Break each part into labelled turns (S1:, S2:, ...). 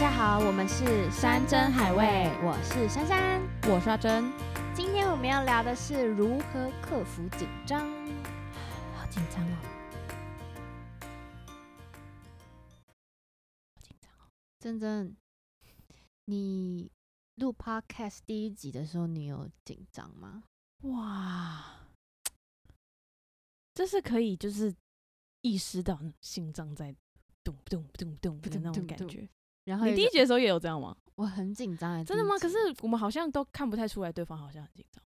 S1: 家好，我们是山珍海味，我是珊珊。
S2: 我是阿珍，
S1: 今天我们要聊的是如何克服紧张。
S2: 好紧张哦，好紧张哦。
S1: 珍珍，你录 podcast 第一集的时候，你有紧张吗？
S2: 哇，这是可以就是意识到那种心脏在咚咚咚咚的那种感觉。
S1: 然后
S2: 你
S1: 有
S2: 第一
S1: 个
S2: 节的时候也有这样吗？
S1: 我很紧张哎，
S2: 真的吗？
S1: 第
S2: 可
S1: 一
S2: 是
S1: 集
S2: 我们好像都看不太出来，对方好像很紧张。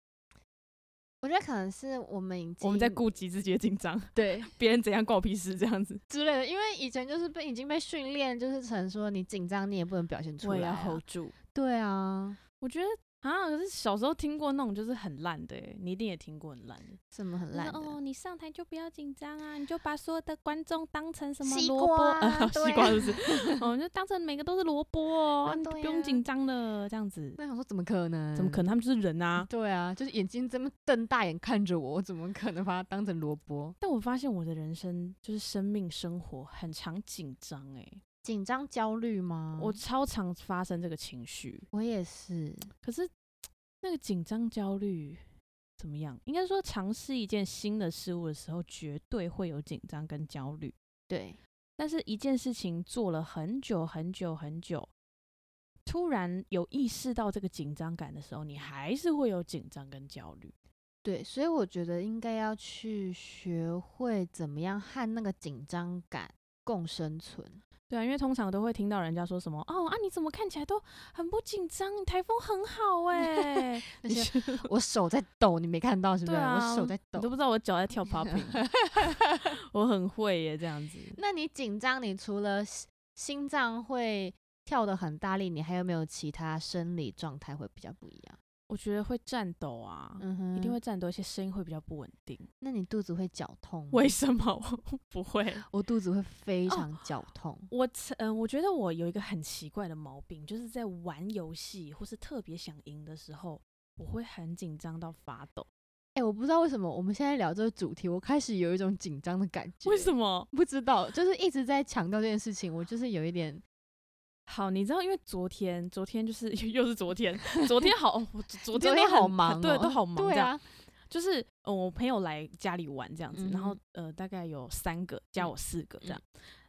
S1: 我觉得可能是我们已经
S2: 我们在顾及自己的紧 张，
S1: 对
S2: 别人怎样关我屁事这样子。
S1: 之类的，因为以前就是被已经被训练，就是成说你紧张你也不能表现出
S2: 我
S1: 来
S2: 也要
S1: 啊、
S2: hold 住。
S1: 对啊，
S2: 我觉得啊，可是小时候听过那种就是很烂的、欸，你一定也听过很烂的。
S1: 什么很
S2: 就是
S1: 烂的。
S2: 哦，你上台就不要紧张啊，你就把所有的观众当成什么
S1: 西
S2: 萝卜、
S1: 瓜
S2: 呃、
S1: 对
S2: 西瓜是不是？哦，你就当成每个都是萝卜哦，
S1: 啊
S2: 你就
S1: 对
S2: 不用
S1: 呀
S2: 紧张了，这样子。
S1: 那想说怎么可能？
S2: 怎么可能？他们就是人啊！
S1: 对啊，就是眼睛这么瞪大眼看着我，我怎么可能把它当成萝卜？
S2: 但我发现我的人生就是生命生活很常紧张哎，
S1: 紧张焦虑吗？
S2: 我超常发生这个情绪。
S1: 我也是，
S2: 可是那个紧张焦虑怎么样？应该说尝试一件新的事物的时候，绝对会有紧张跟焦虑。
S1: 对，
S2: 但是一件事情做了很久很久很久，突然有意识到这个紧张感的时候，你还是会有紧张跟焦虑。
S1: 对，所以我觉得应该要去学会怎么样和那个紧张感共生存。
S2: 对啊，因为通常都会听到人家说什么哦啊，你怎么看起来都很不紧张？你台风很 好哎、
S1: 那
S2: 你
S1: 些
S2: 是
S1: 我手在抖，你没看到是不是？
S2: 对啊
S1: 我手在
S2: 你都
S1: 抖。
S2: 不知道 我脚 在跳 popping，我很会耶，这样子。
S1: 那你紧张，你除了心心脏会跳得很大力，你还有没有其他生理状态会比较不一样？
S2: 我觉得会颤抖啊，
S1: 嗯哼嗯
S2: 一定会。颤抖，而且声音会比较不稳定。
S1: 那你肚子会绞痛吗？
S2: 为什么 我不会？
S1: 我肚子会非
S2: 哦
S1: 常绞痛。
S2: 我曾嗯、我觉得我有一个很奇怪的毛病，就是在玩游戏或是特别想赢的时候，我会很紧张到发抖。
S1: 哎、我不知道为什么我们现在聊这个主题，我开始有一种紧张的感觉。
S2: 为什？么？
S1: 不知道，就是一直在强调这件事情，我就是有一点
S2: 好，你知道，因为昨天，昨天就是 又是昨天，昨天好，哦我 昨天
S1: 昨天
S2: 都很
S1: 好忙哦
S2: 对，都好忙，
S1: 对
S2: 这样。
S1: 啊，
S2: 就是、呃我朋友来家里玩这样子，然后呃，大概有三个加
S1: 嗯
S2: 我四个这
S1: 嗯
S2: 样，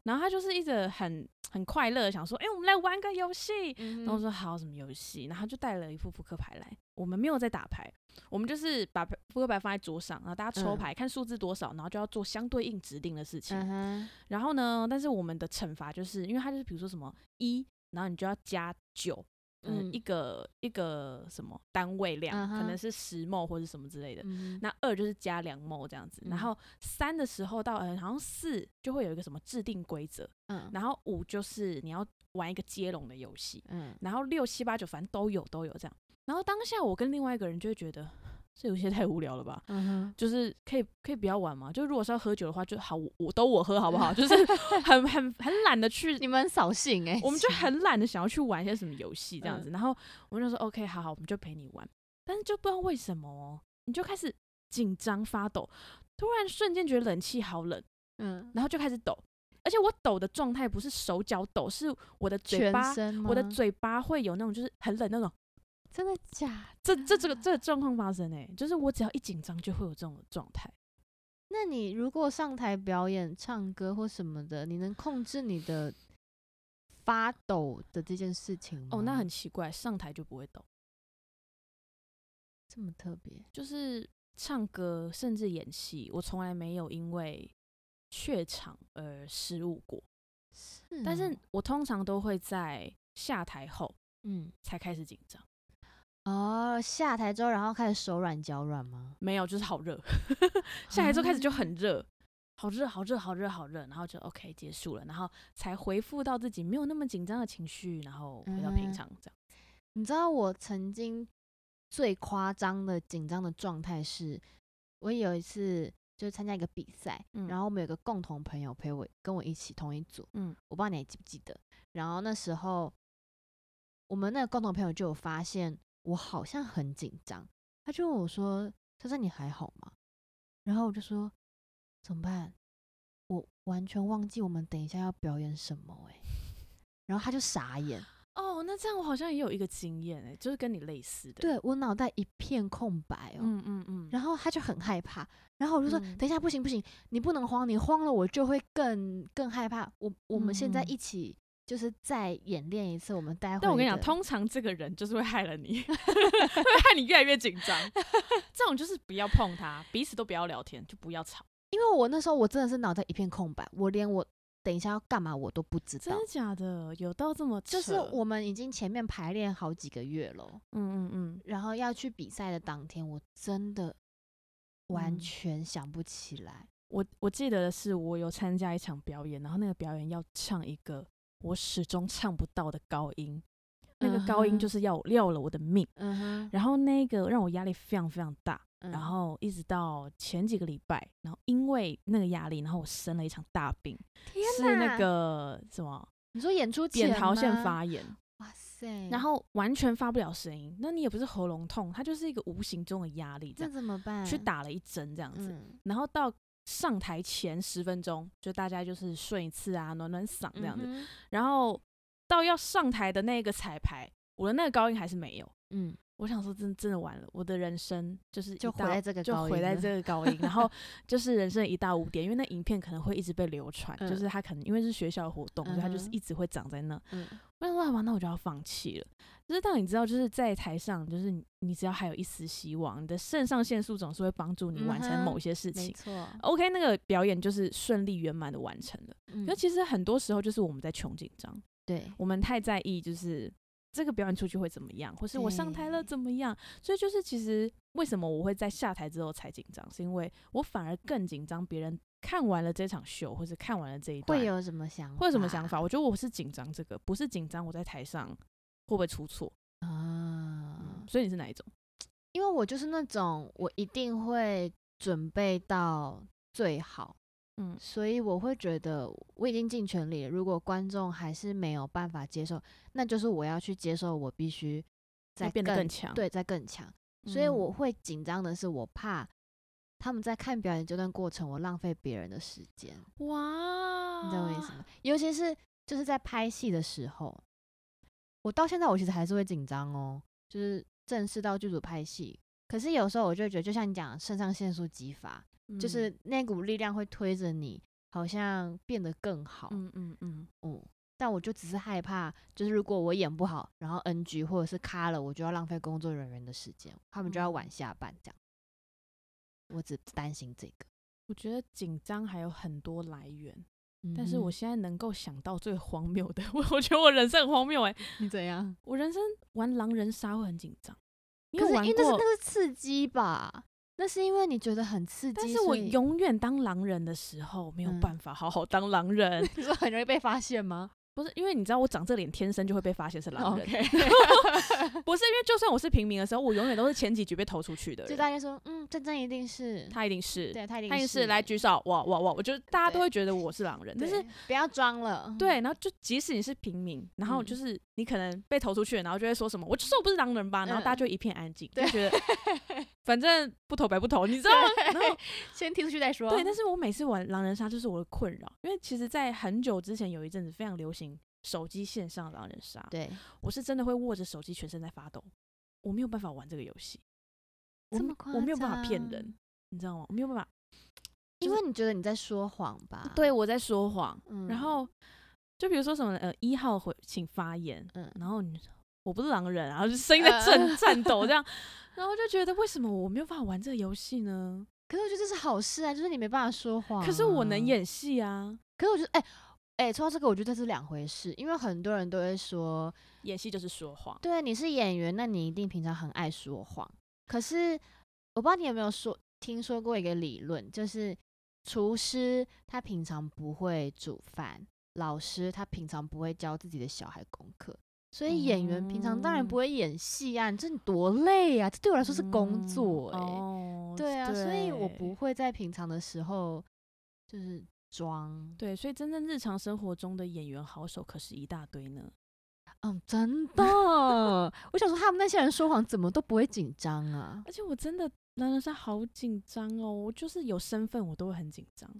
S2: 然后他就是一直很很快乐，想说，哎、我们来玩个游戏，
S1: 嗯
S2: 然后我说好，什么游戏？然后他就带了一副扑克牌来，我们没有在打牌，我们就是把牌扑克牌放在桌上，然后大家抽
S1: 嗯
S2: 牌，看数字多少，然后就要做相对应指定的事情。
S1: 嗯哼，
S2: 然后呢，但是我们的惩罚就是，因为他就是比如说什么一，然后你就要加九。嗯，
S1: 嗯
S2: 一个一个什么单位量，
S1: 嗯
S2: 可
S1: 哼
S2: 能是十毛或者什么之类的。
S1: 嗯哼
S2: 那二就是加两毛这样子，
S1: 嗯
S2: 然后三的时候到嗯、呃好像四就会有一个什么制定规则，
S1: 嗯
S2: 然后五就是你要玩一个接龙的游戏，
S1: 嗯，
S2: 然后六七八九反正都有都有这样。然后当下我跟另外一个人就会觉得这有些太无聊了吧，
S1: 嗯哼，
S2: 就是可以可以不要玩嘛。就如果是要喝酒的话，就好我我都我喝好不 好？就是很很很懒得去
S1: 你们很扫兴哎、
S2: 我们就很懒得想要去玩一些什么游戏这样
S1: 嗯
S2: 子，然后我们就说 OK，好好，我们就陪你玩。但是就不知道为什么哦，你就开始紧张发抖，突然瞬间觉得冷气好冷，
S1: 嗯，
S2: 然后就开始抖，而且我抖的状态不是手脚抖，是我的嘴
S1: 全
S2: 巴，
S1: 身吗？
S2: 我的嘴巴会有那种就是很冷那种，
S1: 真的假
S2: 这这这个这个状况发生哎、就是我只要一紧张就会有这种状态。
S1: 那你如果上台表演、唱歌或什么的，你能控制你的发抖的这件事情吗？
S2: 哦，那很奇怪，上台就不会抖，
S1: 这么特别，
S2: 就是唱歌甚至演戏，我从来没有因为怯场而失误过。
S1: 是
S2: 但是
S1: 哦
S2: 我通常都会在下台后
S1: 嗯。
S2: 才开始紧张，
S1: 哦，下台之后，然后开始手软脚软吗？
S2: 没有，就是好热，下台之后开始
S1: 啊
S2: 就很热，好热，好热，好热，好热，然后就 OK 结束了，然后才回复到自己没有那么紧张的情绪，然后回到平
S1: 嗯
S2: 常这样。
S1: 你知道我曾经最夸张的紧张的状态是，我有一次就是参加一个比赛，
S2: 嗯
S1: 然后我们有个共同朋友陪我跟我一起同一组，
S2: 嗯
S1: 我不知道你还记不记得。然后那时候我们那个共同朋友就有发现我好像很紧张，他就问我说：“珊珊你还好吗？”然后我就说：“怎么办？我完全忘记我们等一下要表演什么哎、欸然后他就傻眼，
S2: 哦那这样我好像也有一个经验哎、就是跟你类似的。，
S1: 对我脑袋一片空白哦。
S2: 嗯嗯嗯，
S1: 然后他就很害怕，然后我就说：“
S2: 嗯
S1: 等一下，不行不行，你不能慌，你慌了我就会更更害怕。我我们现在
S2: 嗯嗯
S1: 一起就是再演练一次，我们待会。”
S2: 但我跟你讲，通常这个人就是会害了 你，会害你越来越紧 张。这种就是不要碰他，彼此都不要聊天，就不要吵。
S1: 因为我那时候我真的是脑袋一片空白，我连我等一下要干嘛我都不知
S2: 真
S1: 道
S2: 的。假的？有到这么
S1: 就是
S2: 扯
S1: 我们已经前面排练好几个月了，
S2: 嗯嗯嗯，
S1: 然后要去比赛的当天，我真的完
S2: 嗯
S1: 全想不起来。，
S2: 我我记得的是，我有参加一场表演，然后那个表演要唱一个我始终唱不到的高音，那个高音就是是要要了我的命。
S1: 嗯哼，
S2: 然后那个让我压力非常非常大，
S1: 嗯
S2: 然后一直到前几个礼拜，然后因为那个压力，然后我生了一场大病，
S1: 天
S2: 是那
S1: 哪
S2: 个什么
S1: 你说演出
S2: 扁
S1: 前
S2: 桃
S1: 吗嗯
S2: 腺，发炎，
S1: 哇塞，
S2: 然后完全发不了声音。那你也不是喉咙痛，它就是一个无形中的压力，
S1: 那
S2: 这样
S1: 怎么办？
S2: 去打了一针这样子。
S1: 嗯
S2: 然后到上台前十分钟，就大家就是顺一次啊，暖暖嗓这样子。
S1: 嗯哼
S2: 然后到要上台的那个彩排，我的那个高音还是没有。
S1: 嗯，
S2: 我想说真，真的完了，我的人生就是一
S1: 就回
S2: 大
S1: 来这个
S2: 就
S1: 高音了，
S2: 回 来这个高音，然后就是人生的一大污点，因为那影片可能会一直被流传，
S1: 嗯
S2: 就是他可能因为是学校的活动，所以他就是
S1: 嗯哼
S2: 一直会长在那。
S1: 嗯
S2: 我想说，好吧，那我就要放弃了。就是当你知道，就是在台上，就是你你只要还有一丝希望，你的肾上腺素总是会帮助你完
S1: 嗯
S2: 成
S1: 哼
S2: 某些事
S1: 没
S2: 情。
S1: 错，
S2: OK，那个表演就是顺利圆满的完成了。
S1: 嗯
S2: 可其实很多时候就是我们在穷紧张，
S1: 对，
S2: 我们太在意就是这个表演出去会怎么样，或是我上台了
S1: 对
S2: 怎么样，所以就是其实为什么我会在下台之后才紧张，是因为我反而更紧张别人看完了这场秀，或是看完了这一段
S1: 会有什么想法？
S2: 会有什么想法？我觉得我是紧张这个，不是紧张我在台上会不会出错。
S1: 啊
S2: 嗯，？所以你是哪一种？
S1: 因为我就是那种我一定会准备到最好，
S2: 嗯
S1: 所以我会觉得我已经尽全力了。如果观众还是没有办法接受，那就是我要去接受，我必须再
S2: 要变得更强
S1: 对，再更强。所以
S2: 嗯
S1: 我会紧张的是，我怕他们在看表演这段过程，我浪费别人的时间，
S2: 哇，
S1: 你知道我意
S2: 啊
S1: 思吗？尤其是就是在拍戏的时候，我到现在我其实还是会紧张哦，就是正式到剧组拍戏。可是有时候我就会觉得，就像你讲，肾上腺素激发，
S2: 嗯
S1: 就是那股力量会推着你，好像变得更好。嗯
S2: 嗯嗯嗯，
S1: 但我就只是害怕，就是如果我演不好，然后 NG 或者是卡了，我就要浪费工作人员的时间，他们就
S2: 嗯
S1: 要晚下班这样。我只担心这个，
S2: 我觉得紧张还有很多来源，
S1: 嗯
S2: 但是我
S1: 哼
S2: 现在能够想到最荒谬的，我 我觉得我人生很荒谬哎、
S1: 你怎样？
S2: 我人生玩狼人杀会很紧张，你
S1: 可
S2: 有
S1: 是因
S2: 玩
S1: 为那是
S2: 过？
S1: 那是刺激吧？那是因为你觉得很刺激，
S2: 但是我
S1: 所以
S2: 永远当狼人的时候，没有
S1: 嗯
S2: 办法好好当狼人，
S1: 你说很容易被发现吗？
S2: 不是因为你知道我长这脸天生就会被发现是狼人
S1: OK
S2: 不是因为就算我是平民的时候，我永远都是前几局被投出去的
S1: 就
S2: 人。
S1: 大家说，嗯，郑正一定是，
S2: 他一定是，
S1: 对他一定
S2: 他一定
S1: 是
S2: 是来举手，哇哇哇！我觉得大家
S1: 对
S2: 都会觉得我是狼人，但
S1: 对
S2: 是
S1: 不要装了，
S2: 对，然后就即使你是平民，然后
S1: 嗯
S2: 就是你可能被投出去，然后就会说什么“我就说我不是狼人吧”，然后大家就一片安静，
S1: 嗯
S2: 就
S1: 对
S2: 觉得 反正不投白不投，你知道吗？ 然后
S1: 先踢出去再说。
S2: 对，但是我每次玩狼人杀就是我的困扰，因为其实，在很久之前有一阵子非常流行手机线上狼人杀，
S1: 对，
S2: 我是真的会握着手机全身在发抖，我没有办法玩这个游戏，我
S1: 这
S2: 没
S1: 么夸
S2: 我没有办法骗
S1: 张
S2: 人，你知道吗？我没有办法，
S1: 因
S2: 就
S1: 为
S2: 是
S1: 你觉得你在说谎吧？，
S2: 对我在说谎，
S1: 嗯
S2: 然后就比如说什么呃一号回请发言，
S1: 嗯
S2: 然后你我不是狼人啊，然后就声音在 震
S1: 呃
S2: 颤抖这样，然后就觉得为什么我没有办法玩这个游戏呢？
S1: 可是我觉得这是好事啊，就是你没办法说谎、
S2: 可是我能，演戏啊，
S1: 可是我觉得，哎、哎、说到这个，我觉得这是两回事，因为很多人都会说，
S2: 演戏就是说谎，
S1: 对，啊你是演员，那你一定平常很爱说谎。可是我不知道你有没有说听说过一个理论，就是厨师他平常不会煮饭，老师他平常不会教自己的小孩功课，所以演员平常当然不
S2: 哦
S1: 会演戏啊，你这你多累啊！这对我来说是工
S2: 嗯
S1: 作哎、
S2: 哦
S1: 对啊，所以我不
S2: 对
S1: 会在平常的时候就是装，
S2: 对，所以真正日常生活中的演员好手可是一大堆 呢。
S1: 嗯，真的，我想说他们那些人说谎怎么都不会紧张 啊，
S2: 而且我真的狼人杀好紧张哦，我就是有身份我都会很紧张，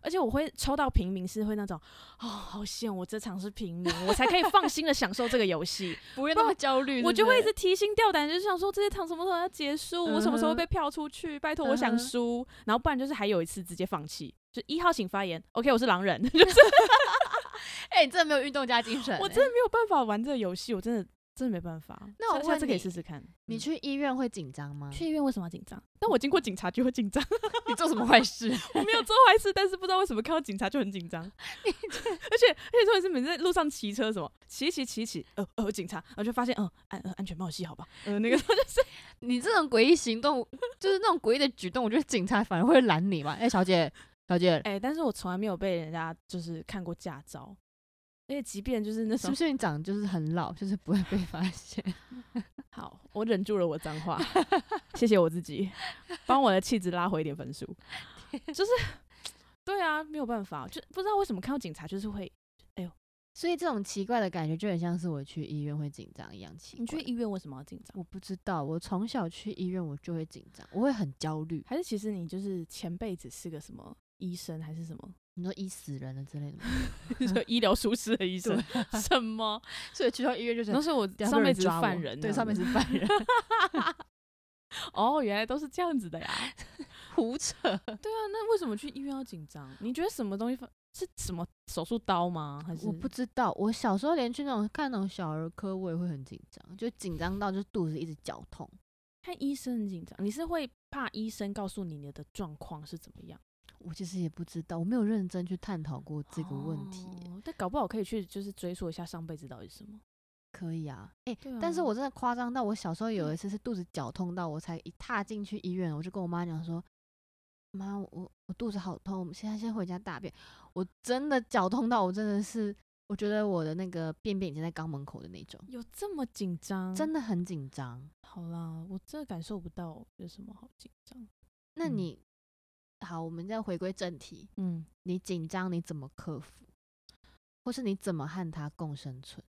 S2: 而且我会抽到平民是会那种，哦，好险，我这场是平民，我才可以放心的享受这个游戏。
S1: 不用那么焦虑，
S2: 我就会一
S1: 是
S2: 直提心吊胆，就是想说这些堂什么时候要结束，我什么时候
S1: 嗯哼
S2: 被票出去？拜托，我
S1: 嗯
S2: 想
S1: 哼
S2: 输。然后不然就是还有一次直接放弃，就一号请发言。OK，我是狼人，就是
S1: 哎、你真的没有运动家精神、
S2: 我
S1: 欸
S2: 真的没有办法玩这个游戏，我真的真的没办法。
S1: 那我
S2: 下下
S1: 问
S2: 次可以
S1: 你
S2: 试试看。
S1: 你
S2: 嗯
S1: 去医院会紧张吗？
S2: 去医院为什么要紧张？但我经过警察局会紧张，
S1: 你做什么坏 事？
S2: 我没有做坏事，但是不知道为什么看到警察就很紧 张。而且而且重点是每次在路上骑车什么骑一骑骑一骑，呃呃警察，然后就发现嗯安、呃、安全帽系好吧，呃那个
S1: 你这种诡异行动，就是那种诡异的举动，我觉得警察反而会拦你吧。哎、小姐，小姐，
S2: 哎、但是我从来没有被人家就是看过驾照，而且即便就是那时
S1: 是
S2: 候
S1: 不是你长得就是很老，就是不会被发现？
S2: 好，我忍住了我脏 话，谢谢我自己，帮我的气质拉回一点分数， 就是对啊，没有办法，就不知道为什么看到警察就是会，
S1: 所以这种奇怪的感觉就很像是我去医院会紧张一样奇怪。
S2: 你去医院为什么要紧张？
S1: 我不知道，我从小去医院我就会紧张，我会很焦虑。
S2: 还是其实你就是前辈子是个什么医生还是什么，
S1: 你说医死人了之类的吗？
S2: 就医疗疏失的医生？ 什么？
S1: 所以去到医院就
S2: 那是我
S1: 等下
S2: 上
S1: 被
S2: 辈子是
S1: 抓我
S2: 犯人
S1: 对，
S2: 这样子，
S1: 上面是 犯人，
S2: 哦，原来都是这样子的呀。
S1: 胡扯。
S2: 对啊，那为什么去医院要紧张？你觉得什么东西发是什么手术刀吗？还是
S1: 我不知道，我小时候连去那种看那种小儿科，我也会很紧张，就紧张到就肚子一直绞痛。
S2: 看医生很紧张？你是会怕医生告诉你你的状况是怎么样
S1: 我其实也不知道，我没有认真去探讨过这个问题耶。
S2: 哦但搞不好可以去就是追溯一下上辈子到底是什么。
S1: 可以啊，哎、
S2: 对啊嗯
S1: 但是我真的夸张到，我小时候有一次是肚子绞痛到，我才一踏进去医院，我就跟我妈讲说：“妈，我我肚子好痛，我们现在先回家大便。”我真的绞痛到，我真的是，我觉得我的那个便便已经在肛门口的那种，
S2: 有这么紧张？
S1: 真的很紧张。
S2: 好啦，我真的感受不到有什么好紧张。
S1: 那
S2: 嗯
S1: 你、好，我们再回归正题，
S2: 嗯，
S1: 你紧张你怎么克服，或是你怎么和它共生存？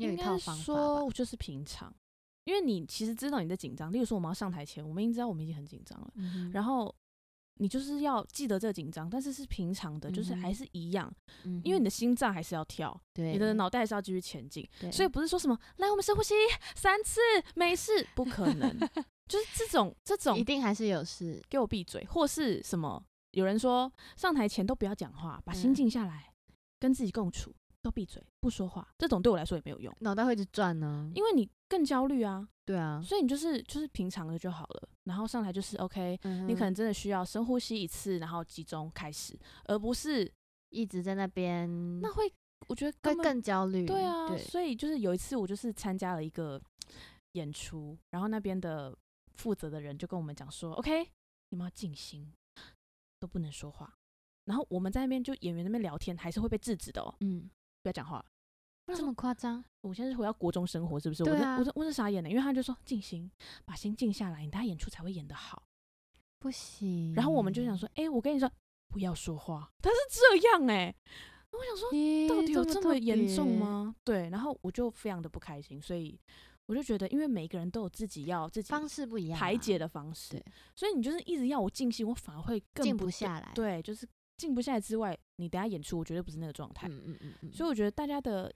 S1: 你有一
S2: 应
S1: 套
S2: 该
S1: 方法吧
S2: 说就是平常，因为你其实知道你在紧张。例如说我们要上台前，我们已经知道我们已经很紧张了。
S1: 嗯哼
S2: 然后你就是要记得这个紧张，但是是平常的，就是
S1: 嗯哼
S2: 还是一样，
S1: 嗯
S2: 因为
S1: 哼
S2: 你的心脏还是要跳，
S1: 对
S2: 你的脑袋是要继续前进，
S1: 对
S2: 所以不是说什么来我们深呼吸三次没事，不可 能，就是这种这
S1: 一
S2: 种
S1: 定还是有事。
S2: 给我闭嘴，或是什么有人说上台前都不要讲话，把心
S1: 嗯
S2: 静下来，跟自己共处，都闭嘴不说话，这种对我来说也没有用，
S1: 脑袋会一直转呢、
S2: 因为你更焦虑啊，
S1: 对啊，
S2: 所以你就是就是平常的就好了，然后上台就是 OK，你可
S1: 嗯哼
S2: 能真的需要深呼吸一次，然后集中开始，而不是
S1: 一直在那边，
S2: 那会，我觉得
S1: 嗯会
S2: 根本
S1: 更焦虑。
S2: 对啊。
S1: 对，
S2: 所以就是有一次我就是参加了一个演出，然后那边的负责的人就跟我们讲说，OK，你们要静心，都不能说话。然后我们在那边就演员那边聊天，还是会被制止的哦，
S1: 嗯，
S2: 不要讲话。
S1: 这么夸张？
S2: 我现在是回到国中生活，是不是？我
S1: 对
S2: 是
S1: 啊
S2: 我是我是傻眼了，因为他就说静心，把心静下来，你等下演出才会演得好。
S1: 不行。
S2: 然后我们就想，
S1: 嗯
S2: 说，哎、我跟你说，不要说话，他是这样哎、然后我想说，
S1: 咦，
S2: 到底有这
S1: 这
S2: 么严
S1: 特
S2: 重
S1: 别？
S2: 吗？对，然后我就非常的不开心，所以我就觉得，因为每一个人都有自己要自己
S1: 方式不一样、啊
S2: 排解，的方式
S1: 对，
S2: 所以你就是一直要我静心，我反而会更
S1: 静
S2: 不
S1: 不
S2: 对
S1: 下来。，
S2: 对，就是静不下来之外，你等下演出，我绝对不是那个状态。
S1: 嗯嗯嗯嗯，
S2: 所以我觉得大家的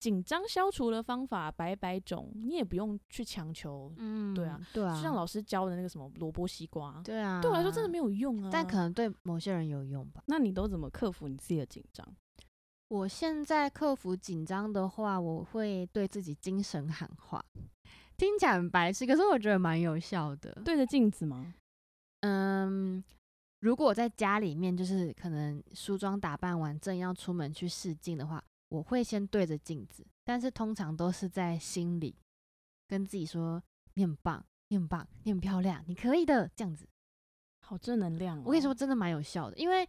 S2: 紧张消除的方法百百种，你也不用去强求，
S1: 嗯，
S2: 对啊，
S1: 对啊，
S2: 就像老师教的那个什么萝卜西瓜，
S1: 对啊，
S2: 对我来说真的没有用啊。
S1: 但可能对某些人有用吧。
S2: 那你都怎么克服你自己的紧张？
S1: 我现在克服紧张的话，我会对自己精神喊话，听起来很白痴，可是我觉得蛮有效的。
S2: 对着镜子吗？
S1: 嗯，如果我在家里面，就是可能梳妆打扮完，正要出门去试镜的话，我会先对着镜子，但是通常都是在心里跟自己说：“你很棒，你很棒，你很漂亮，你可以的。”这样子，
S2: 好正能量、哦
S1: 我跟你说，，真的蛮有效的，因为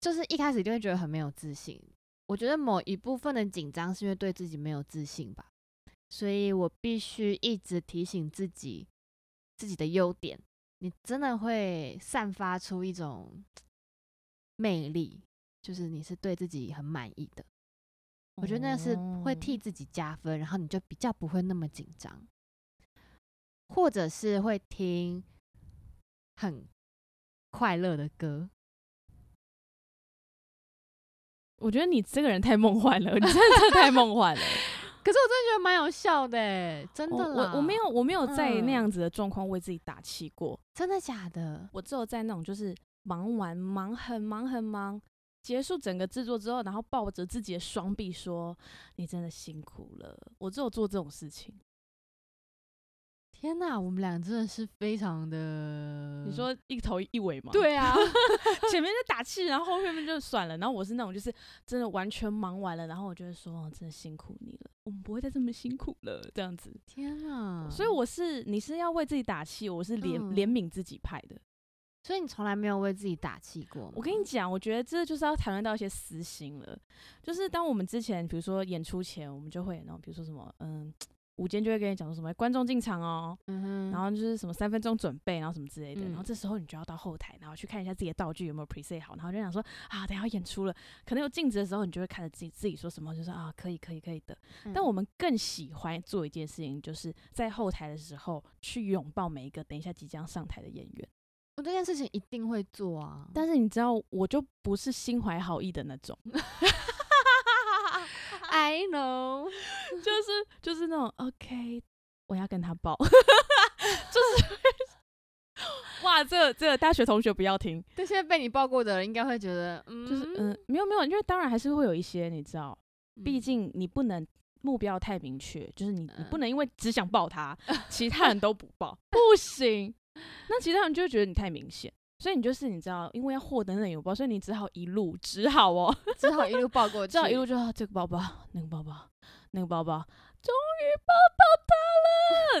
S1: 就是一开始就会觉得很没有自信。我觉得某一部分的紧张是因为对自己没有自信吧，所以我必须一直提醒自己自己的优点，你真的会散发出一种魅力，就是你是对自己很满意的。我觉得那是
S2: 哦
S1: 会替自己加分，然后你就比较不会那么紧张，或者是会听很快乐的歌。
S2: 我觉得你这个人太梦幻了，你真的太梦幻了。
S1: 可是我真的觉得蛮有效的欸， 真的
S2: 我
S1: 啦。
S2: 我我没有我没有在那
S1: 嗯
S2: 样子的状况为自己打气过，
S1: 真的假的？
S2: 我只有在那种就是忙完忙很忙很忙，结束整个制作之后，然后抱着自己的双臂说：“你真的辛苦了。”我只有做这种事情。
S1: 天哪，我们俩真的是非常的……
S2: 你说一头一尾吗？，
S1: 对啊，
S2: 嗯前面在打气，然后后面就算了。然后我是那种就是真的完全忙完了，然后我就会说：“哦真的辛苦你了，我们不会再这么辛苦了。”这样子。
S1: 天哪！
S2: 所以我是你是要为自己打气，我是怜
S1: 嗯
S2: 怜悯自己派的。
S1: 所以你从来没有为自己打气过吗
S2: 我跟你讲，我觉得这就是要谈论到一些私心了。就是当我们之前，比如说演出前，我们就会有那种，比如说什么，嗯，午间就会跟你讲说什么哎观众进场哦，
S1: 嗯哼，
S2: 然后就是什么三分钟准备，然后什么之类的。然后
S1: 嗯
S2: 这时候你就要到后台，然后去看一下自己的道具有没有 preset 好，然后就想说啊，等一下要演出了，可能有镜子的时候，你就会看着自己自己说什么，就说啊，可以可以可以的。
S1: 嗯
S2: 但我们更喜欢做一件事情，就是在后台的时候去拥抱每一个等一下即将上台的演员。
S1: 我这件事情一定会做啊，
S2: 但是你知道，我就不是心怀好意的那种，
S1: I know，
S2: 就是就是那种 OK，我要跟他 抱，就是 哇，这个这个大学同学不要听，
S1: 但现在被你抱过的人应该会觉得，嗯，
S2: 就是嗯、没有没有，因为当然还是会有一些，你知道，
S1: 嗯
S2: 毕竟你不能目标太明确，就是你你不
S1: 嗯
S2: 能因为只想 抱他，其他人都不抱，不行，那其他人就会觉得你太明显。所以你就是你知道，因为要获得那个拥抱，所以你只好一路，只好哦，
S1: 只好一路抱过去，
S2: 只好一路就啊这个包包，那个包包，那个包包，终于 抱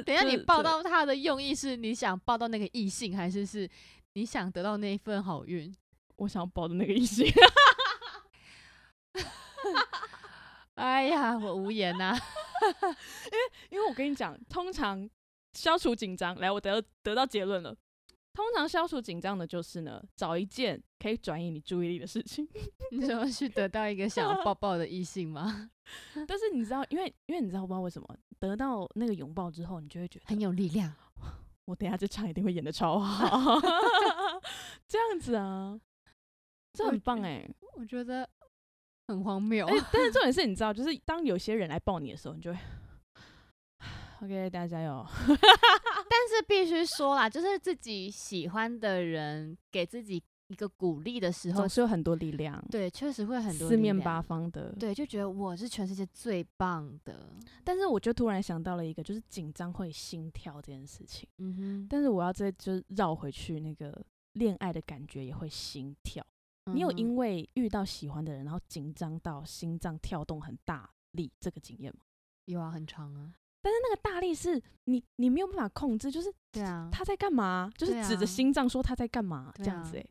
S2: 到他了。
S1: 等一下
S2: 就
S1: 你
S2: 是
S1: 抱
S2: 这
S1: 到他的用意是你想抱到那个异性，还是是你想得到那一份好运？
S2: 我想抱的那个异性，
S1: 哎呀，我无言呐、
S2: 因为我跟你讲，通常消除紧张，来，我得得到结论了。通常消除紧张的就是呢，找一件可以转移你注意力的 事情。
S1: 你怎么去得到一个想要抱抱的异性吗？
S2: 但是你知道，因为因为你知道，不知道为什么得到那个拥抱之后，你就会觉得
S1: 很有力量。
S2: 我等一下这场一定会演的超好， 这样子啊，这
S1: 我嗯
S2: 很
S1: 觉
S2: 棒
S1: 得
S2: 哎、
S1: 我觉得很荒谬。
S2: 哎、但是重点是，你知道，就是当有些人来抱你的时候，你就会 OK，大家加油。
S1: 但是必须说啦，就是自己喜欢的人给自己一个鼓励的时候
S2: 总，是有很多力量，
S1: 对，确实会很多
S2: 四
S1: 力
S2: 面
S1: 量
S2: 八，方的。
S1: 对，就觉得我是全世界最棒的。
S2: 但是我就突然想到了一个，就是紧张会心跳这件事情。
S1: 嗯哼，
S2: 但是我要再就是绕回去那个恋爱的感觉也会心跳。你有
S1: 嗯哼
S2: 因为遇到喜欢的人，然后紧张到心脏跳动很大力这个经验吗？
S1: 有啊，很长啊，
S2: 但是那个大力是你你没有办法控制，就是
S1: 对啊。
S2: 他在干嘛，就是
S1: 对
S2: 指着
S1: 啊
S2: 心脏说他在干嘛、
S1: 对
S2: 这样
S1: 啊
S2: 子诶、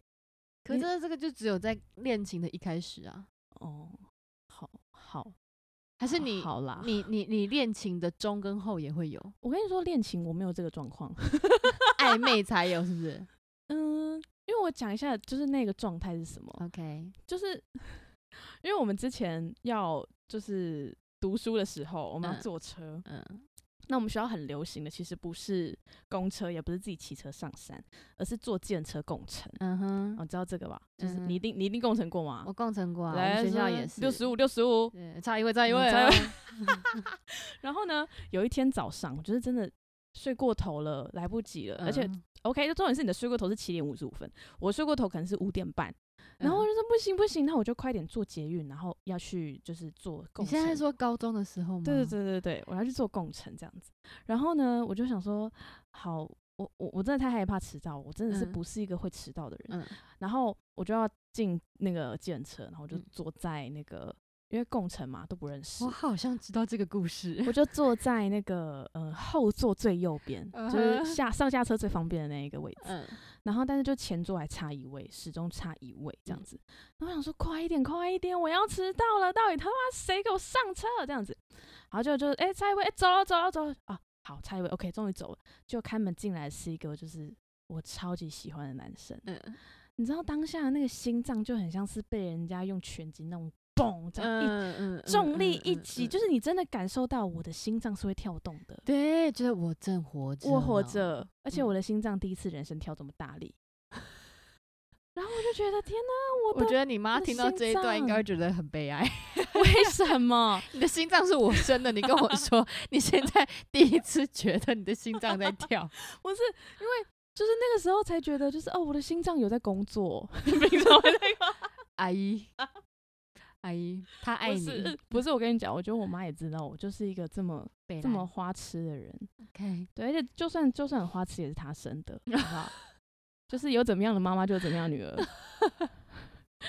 S1: 可
S2: 你
S1: 是这个就只有在恋情的一开始啊，
S2: 哦，好好，
S1: 还是
S2: 好
S1: 你
S2: 好啦。
S1: 你你你恋情的中跟后也会 有
S2: 我跟你说，恋情我没有这个状况。
S1: 暧昧才有，是不是
S2: 嗯，因为我讲一下，就是那个状态是什么，
S1: ？OK，
S2: 就是 因为我们之前要就是读书的时候，我们要
S1: 嗯
S2: 坐车，
S1: 嗯
S2: 那我们学校很流行的其实不是公车，也不是自己骑车上山，而是坐电车共乘。
S1: 嗯
S2: 哦，
S1: 哼，
S2: 你知道这个吧？就是
S1: 嗯哼
S2: 你一定你一定共乘过吗
S1: 我？共乘过啊，我
S2: 来
S1: 们学校
S2: 说
S1: 也是
S2: 六十五六十五。
S1: 对，差一位，差一
S2: 嗯
S1: 位
S2: 差一
S1: 哦，
S2: 然后呢，有一天早上，我就是真的睡过头了，来不及了， 而且
S1: 嗯
S2: OK，就重点是你的睡过头是七点五十五分，我睡过头可能是五点半，然后
S1: 嗯
S2: 我就说不行不行，那我就快点坐捷运，然后要去就是坐
S1: 你
S2: 共乘。
S1: 现在说高中的时候吗？
S2: 对对对对对，我要去坐共乘这样子。然后呢，我就想说，好，我我我真的太害怕迟到，我真的是
S1: 嗯
S2: 不是一个会迟到的人。
S1: 嗯，
S2: 然后我就要进那个计程车，然后我就
S1: 嗯
S2: 坐在那个，因为共乘嘛都不认识
S1: 我，好像知道这个故 事。
S2: 我就坐在那个呃后座最右边，就
S1: 嗯哼
S2: 是下上下车最方便的那一个位置。
S1: 嗯，
S2: 然后但是就前座还差一位，始终差一位这样
S1: 嗯
S2: 子。然后我想说快一点，快一点，我要迟到了，到底他妈谁给我上车这样子？然后就就哎、差一位，哎、走了走了走了啊，好差一位，OK，终于走了。就开门进来是一个就是我超级喜欢的男生，
S1: 嗯
S2: 你知道当下那个心脏就很像是被人家用拳击那种嘣这样一。
S1: 嗯
S2: 重力一击，就是是你真的感受到我的心脏是会跳动的，
S1: 对，就是我正活着，
S2: 我活，着，而且
S1: 啊嗯
S2: 我的心脏第一次人生跳这么大力。 然后我就觉得天哪，我
S1: 我
S2: 的
S1: 觉得你妈
S2: 我的
S1: 听到
S2: 心
S1: 这一段应该
S2: 脏
S1: 会觉得很悲哀。
S2: 为什么？
S1: 你的心脏是我生的，你跟 我说你现在第一次觉得你的心脏在跳，
S2: 我是因为就是那个时候才觉得，就是哦，我的心脏有在工 作，平常会在
S1: 阿姨，阿姨，她爱
S2: 不
S1: 你
S2: 是，不是我跟你讲，我觉得我妈也知道我就是一个这么
S1: 北
S2: 这么
S1: 兰
S2: 花痴的人，
S1: OK，
S2: 对，而且就算就算很花痴也是她生的，好不好？就是有怎么样的妈妈就有怎么样的女儿，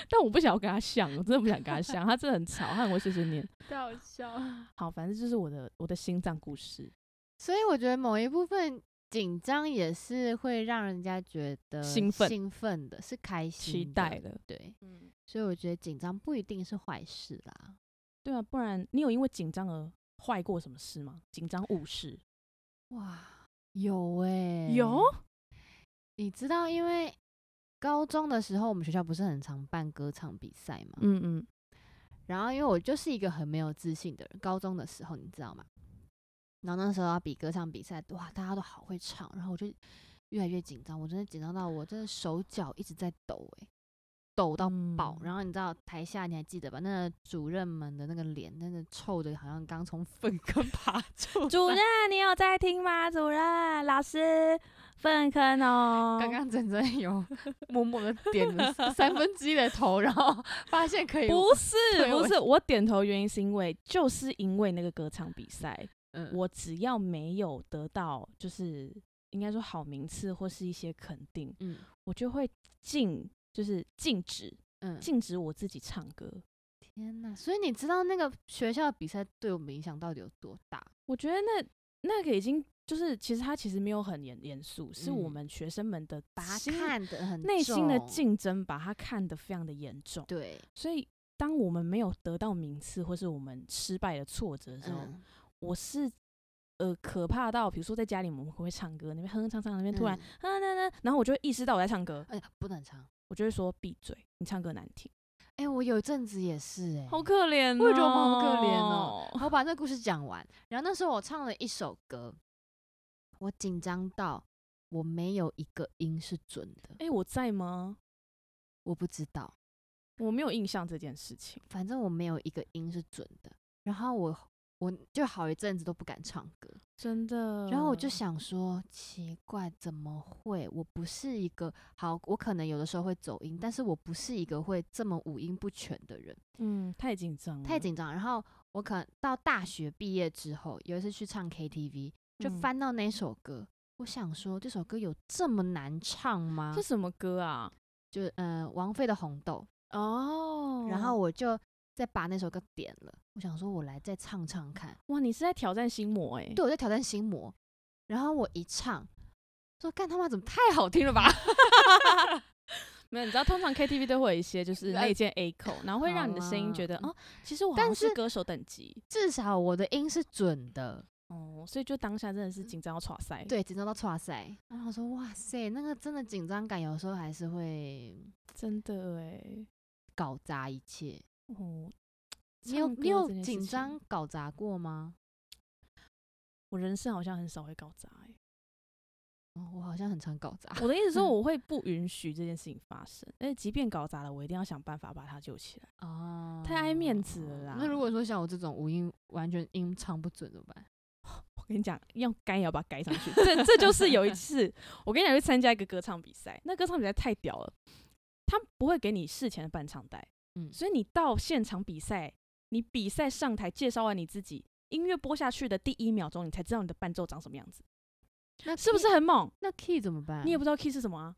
S2: 但我不想要跟她像，我真的不想跟她像，她真的很吵，她很会碎 碎念。
S1: 太好笑。
S2: 好，反正就是我的我的心脏故事，
S1: 所以我觉得某一部分紧张也是会让人家觉得
S2: 兴奋
S1: 兴奋的，是开心、
S2: 期待。的，
S1: 嗯对，
S2: 嗯，
S1: 所以我觉得紧张不一定是坏事啦。
S2: 对啊，不然你有因为紧张而坏过什么事吗？紧张误事
S1: 哇，有哎、
S2: 有，
S1: 你知道，因为高中的时候我们学校不是很常办歌唱比赛嘛，
S2: 嗯嗯，
S1: 然后因为我就是一个很没有自信的人，高中的时候你知道吗？然后那时候要比歌唱比赛，哇，大家都好会唱，然后我就越来越紧张，我真的紧张到我真的手脚一直在抖、欸，抖到爆。
S2: 嗯
S1: 然后你知道台下你还记得吧？那个主任们的那个脸，真的臭的，好像刚从粪坑 爬出来。
S2: 主任，你有在听吗？主任，老师，粪坑哦。
S1: 刚刚整整 有默默的点了三分之一的头，然后发现可以，
S2: 不 是
S1: 推我
S2: 不是，我点头原因是因为就是因为那个歌唱比赛，
S1: 嗯
S2: 我只要没有得到就是应该说好名次或是一些肯定，
S1: 嗯
S2: 我就会禁就是禁止
S1: 嗯，
S2: 禁止我自己唱歌。
S1: 天呐！所以你知道那个学校的比赛对我们影响到底有多大？
S2: 我觉得那那个已经就是其实他其实没有很严严肃，是我
S1: 嗯
S2: 们学生们的
S1: 把它
S2: 心
S1: 看得很
S2: 内心的
S1: 重，
S2: 竞争把他看得非常的严重。
S1: 对，
S2: 所以，当我们没有得到名次，或是我们失败的挫折的时候，
S1: 嗯，
S2: 我是呃可怕到，比如说在家里我们会唱歌，那边哼哼唱唱，那边突然
S1: 嗯，
S2: 哼哼哼，然后我就会意识到我在唱歌，
S1: 哎、呀，不能唱。
S2: 我就会说闭嘴，你唱歌难听，
S1: 哎、我有一阵子也是、哎，
S2: 好可怜、
S1: 我也觉得我们好可怜哦
S2: 哦。
S1: 好，我把那故事讲完。然后那时候我唱了一首歌，我紧张到我没有一个音是准的，
S2: 哎、我在吗？
S1: 我不知道，
S2: 我没有印象这件事情。
S1: 反正我没有一个音是准的。然后我我就好一阵子都不敢唱歌，
S2: 真的
S1: 然后我就，想说，奇怪，怎么会？我不是一个好，我可能有的时候会走音，但是我不是一个会这么五音不全的人，
S2: 嗯，太紧张了，
S1: 太紧张。然后我可能到大学毕业之后，有一次去唱 KTV，就
S2: 嗯
S1: 翻到那首歌，我想说，这首歌有这么难唱吗
S2: 这？什么歌啊？
S1: 就呃，王菲的《红豆
S2: 哦》，
S1: 然后我就再把那首歌点了，我想说，我来再唱唱看。
S2: 哇，你是在挑战心魔哎、
S1: 对，我在挑战心魔。然后我一唱，说干他妈怎么太好听了吧？
S2: 没有，你知道，通常 KTV 都会有一些 就是
S1: 呃
S2: 内建 A 口，然后会让你的声音
S1: 好
S2: 觉得，
S1: 啦
S2: 哦，其实我好
S1: 但
S2: 像是
S1: 是
S2: 歌手等级，
S1: 至少我的音是准的，
S2: 哦，所以就当下真的是紧张到耍塞。，
S1: 对，紧张到岔塞。然后我说哇塞，那个真的紧张感有时候还是会
S2: 真的哎，
S1: 搞砸一切。
S2: 哦，
S1: 你有
S2: 唱歌
S1: 你有
S2: 这件事
S1: 紧
S2: 情
S1: 张？搞砸过吗？
S2: 我人生好像很少会搞砸哎。
S1: 哦，我好像很常搞砸。
S2: 我的意思说，我会不允许这件事情发生，而且即便搞砸了，我一定要想办法把它救起来。
S1: 哦
S2: 太爱面子了啦
S1: 那如果说像我这种五音完全音唱不准怎么办？
S2: 我跟你讲，要该也要把它盖上去。这这就是有一次，我跟你讲，去参加一个歌唱比赛，那歌唱比赛太屌了，他不会给你事前的伴唱带，
S1: 嗯
S2: 所以你到现场比赛，你比赛上台介绍完你自己，音乐播下去的第一秒钟，你才知道你的伴奏长什么样子，
S1: 那
S2: 是不
S1: 啊 key-
S2: 是很猛？
S1: 那 key 怎么办？
S2: 你也不知道 key 是什么啊？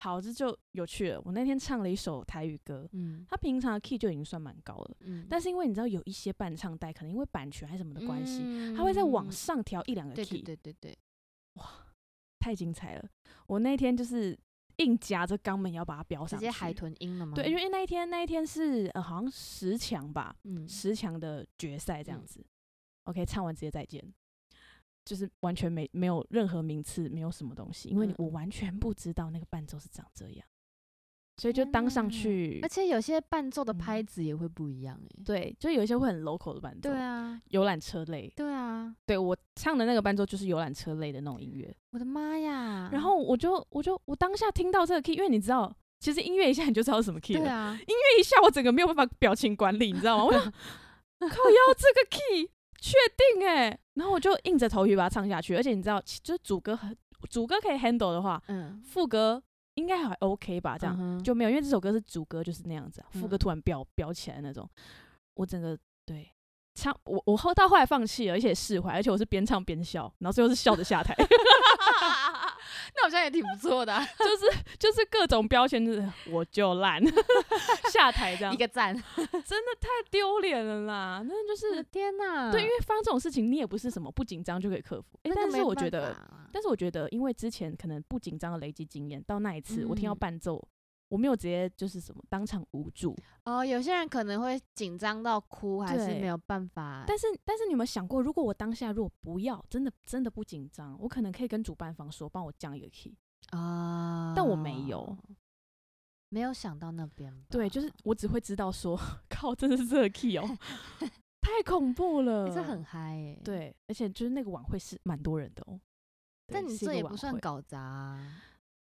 S2: 好，这就有趣了。我那天唱了一首台语歌，
S1: 嗯
S2: 它平常的 key 就已经算蛮高了，
S1: 嗯
S2: 但是因为你知道有一些伴唱带，可能因为版权还是什么的关系，
S1: 嗯
S2: 它会再往上调一两个
S1: 对
S2: key。
S1: 对对对对，
S2: 太精彩了！我那一天就是硬夹着肛门也要把它飙
S1: 直
S2: 上去，
S1: 接海豚音了吗？
S2: 对，因为那一天那一天是呃好像十强吧，
S1: 嗯
S2: 十强的决赛这样
S1: 嗯
S2: 子。OK，唱完直接再见，就是完全没没有任何名次，没有什么东西，因为你
S1: 嗯
S2: 我完全不知道那个伴奏是长这样，所以就当上
S1: 天哪
S2: 去
S1: 而，且有些伴奏的
S2: 嗯
S1: 拍子也会不一样哎、
S2: 对，就有一些会很 local 的伴奏，
S1: 对啊，
S2: 游览车类，
S1: 对啊，
S2: 对我唱的那个伴奏就是游览车类的那种音乐，
S1: 我的妈呀！
S2: 然后我就我就我当下听到这个 key，因为你知道其实音乐一下你就知道是什么 key
S1: 对
S2: 了，
S1: 啊，
S2: 音乐一下我整个没有办法表情管理，你知道 吗？我想靠腰这个 key 确定哎、然后我就硬着头皮把它唱下去，而且你知道，其就是主歌很主歌可以 handle 的话，
S1: 嗯，
S2: 副歌应该还 OK 吧？这样、
S1: 样
S2: 就没有，因为这首歌是主歌就是那样子、啊，副歌
S1: 嗯
S2: 突然飙飙起来那种，我整个对唱我我后到后来放弃了，而且释怀，而且我是边唱边笑，然后最后是笑着下台，
S1: 那好像也挺不错 的啊、
S2: 就是就是各种标签，就是我就烂 下台这样
S1: 一，个赞。
S2: 真的太丢脸了啦！那就是、
S1: 天哪，
S2: 对，因为发生这种事情，你也不是什么不紧张就可以克服，诶
S1: 那个
S2: 但
S1: 没
S2: 是我觉
S1: 办
S2: 得
S1: 法，啊
S2: 但是我觉得，因为之前可能不紧张的累积经验，到那一次、我听到
S1: 嗯
S2: 伴奏。我没有直接就是什么当场无助，
S1: 哦，有些人可能会紧张到哭，还是
S2: 对
S1: 没有办法。
S2: 但是，但是你有没有想过，如果我当下如果不要，真的真的不紧张，我可能可以跟主办方说，帮我降一个 key。
S1: 啊，
S2: 但我没有，
S1: 没有想到那边吧。
S2: 对，就是我只会知道说， 靠，真的是这个 key 哦，太恐怖了，
S1: 欸这很嗨耶。，
S2: 呃对，而且就是那个晚会是蛮多人的哦。对
S1: 但你这
S2: 是一个
S1: 也
S2: 晚
S1: 不算
S2: 会
S1: 搞砸啊，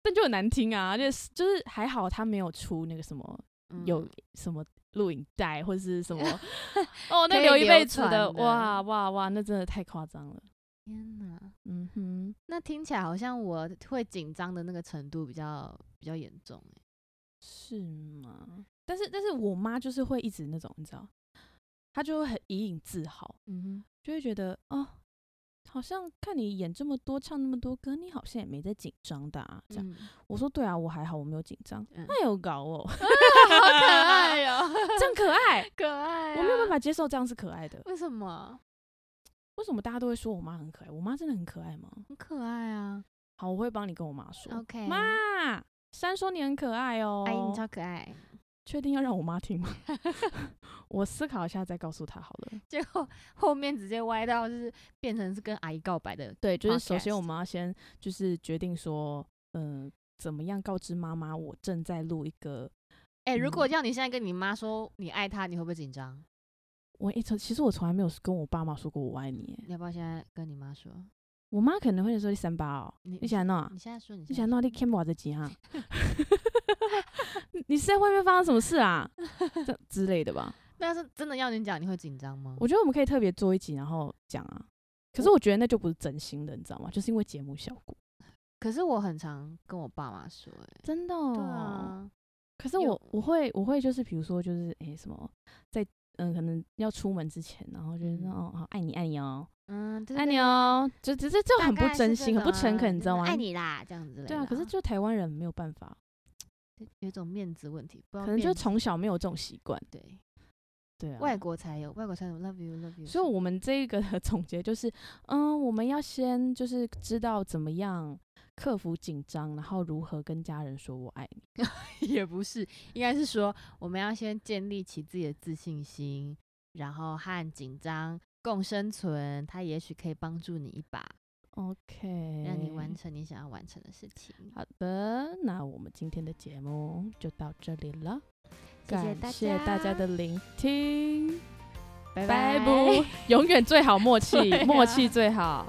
S2: 但就很难听啊，就是就是还好他没有出那个什么、有
S1: 嗯
S2: 什么录影带或者是 什么
S1: 可
S2: 哦，那
S1: 以
S2: 留一
S1: 流
S2: 辈子
S1: 传的
S2: 的，哇哇哇，那真的太夸张了。
S1: 天哪，
S2: 嗯哼，
S1: 那听起来好像我会紧张的那个程度比较比较严重欸耶。
S2: 是吗？但是但是我妈就是会一直那种，你知道，她就会很以引自豪，
S1: 嗯
S2: 就会觉得哦，好像看你演这么多，唱那么多歌，你好像也没在紧张的啊。
S1: 哼，
S2: 这样， 我说对啊，我还好，我没有紧张。
S1: 嗯，
S2: 那有搞 哦，
S1: 好可爱哟，
S2: 这样哦 可爱，
S1: 可爱啊。
S2: 我没有办法接受这样是可爱的。
S1: 为什么？
S2: 为什么大家都会说我妈很可爱？我妈真的很可爱吗？
S1: 很可爱啊。
S2: 好，我会帮你跟我妈说。
S1: OK，
S2: 妈，珊说你很可爱哦。
S1: 阿姨你超可爱。
S2: 确定要让我妈听吗？ 我思考一下再告诉她好了。
S1: 结果后面直接歪到就是变成是跟阿姨告白的，
S2: 对，就是首先
S1: Podcast
S2: 我们要先就是决定说，嗯、怎么样告知妈妈我正在录一个。
S1: 哎、如果
S2: 嗯
S1: 叫你现在跟你妈说你爱她，你会不会紧张？
S2: 我一从其实我从来没有跟我爸妈说过我爱你耶，
S1: 你要不要现在跟你妈说？
S2: 我妈可能会说你三八哦，
S1: 你
S2: 你想弄啊
S1: 你，现在说，你
S2: 你
S1: 现在
S2: 想弄你看不我这几 啊， 你你是在外面发生什么事啊，这之类的吧？
S1: 那要是真的要你讲，你会紧张吗？
S2: 我觉得我们可以特别做一集，然后讲啊。可是我觉得那就不是真心的，你知道吗？就是因为节目效果，
S1: 可是我很常跟我爸妈说、哎，
S2: 真的、哦。
S1: 对。啊，
S2: 可是
S1: 有
S2: 我我会我会就是比如说就是诶、什么在嗯、可能要出门之前，然后就是说
S1: 嗯
S2: 哦好爱你爱你哦
S1: 嗯，对
S2: 爱
S1: 对
S2: 你
S1: 对
S2: 哦，就只是就
S1: 大
S2: 很不
S1: 概是
S2: 真
S1: 这
S2: 心，很不
S1: 种啊
S2: 诚恳，你
S1: 就
S2: 知道
S1: 是
S2: 吗？
S1: 爱你啦，这样之类的。
S2: 对啊，可是就台湾人没有办法，
S1: 就有一种面子问题，不知道
S2: 可能就
S1: 面子
S2: 从小没有这种习惯，
S1: 对
S2: 对啊。
S1: 外国才有，外国才有 love you love you。
S2: 所以我们这一个的 总结就是，嗯，我们要先就是知道怎么样克服紧张，然后如何跟家人说我爱你。
S1: 也不是，应该是说我们要先建立起自己的自信心，然后和紧张共生存，它也许可以帮助你一把，
S2: OK，
S1: 让你完成你想要完成的事情。
S2: 好的，那我们今天的节目就到这里了，
S1: 谢谢大
S2: 感谢大家
S1: 家
S2: 的聆听，
S1: 拜拜。
S2: 拜 不，永远最好默契，
S1: 对啊
S2: 默契最好，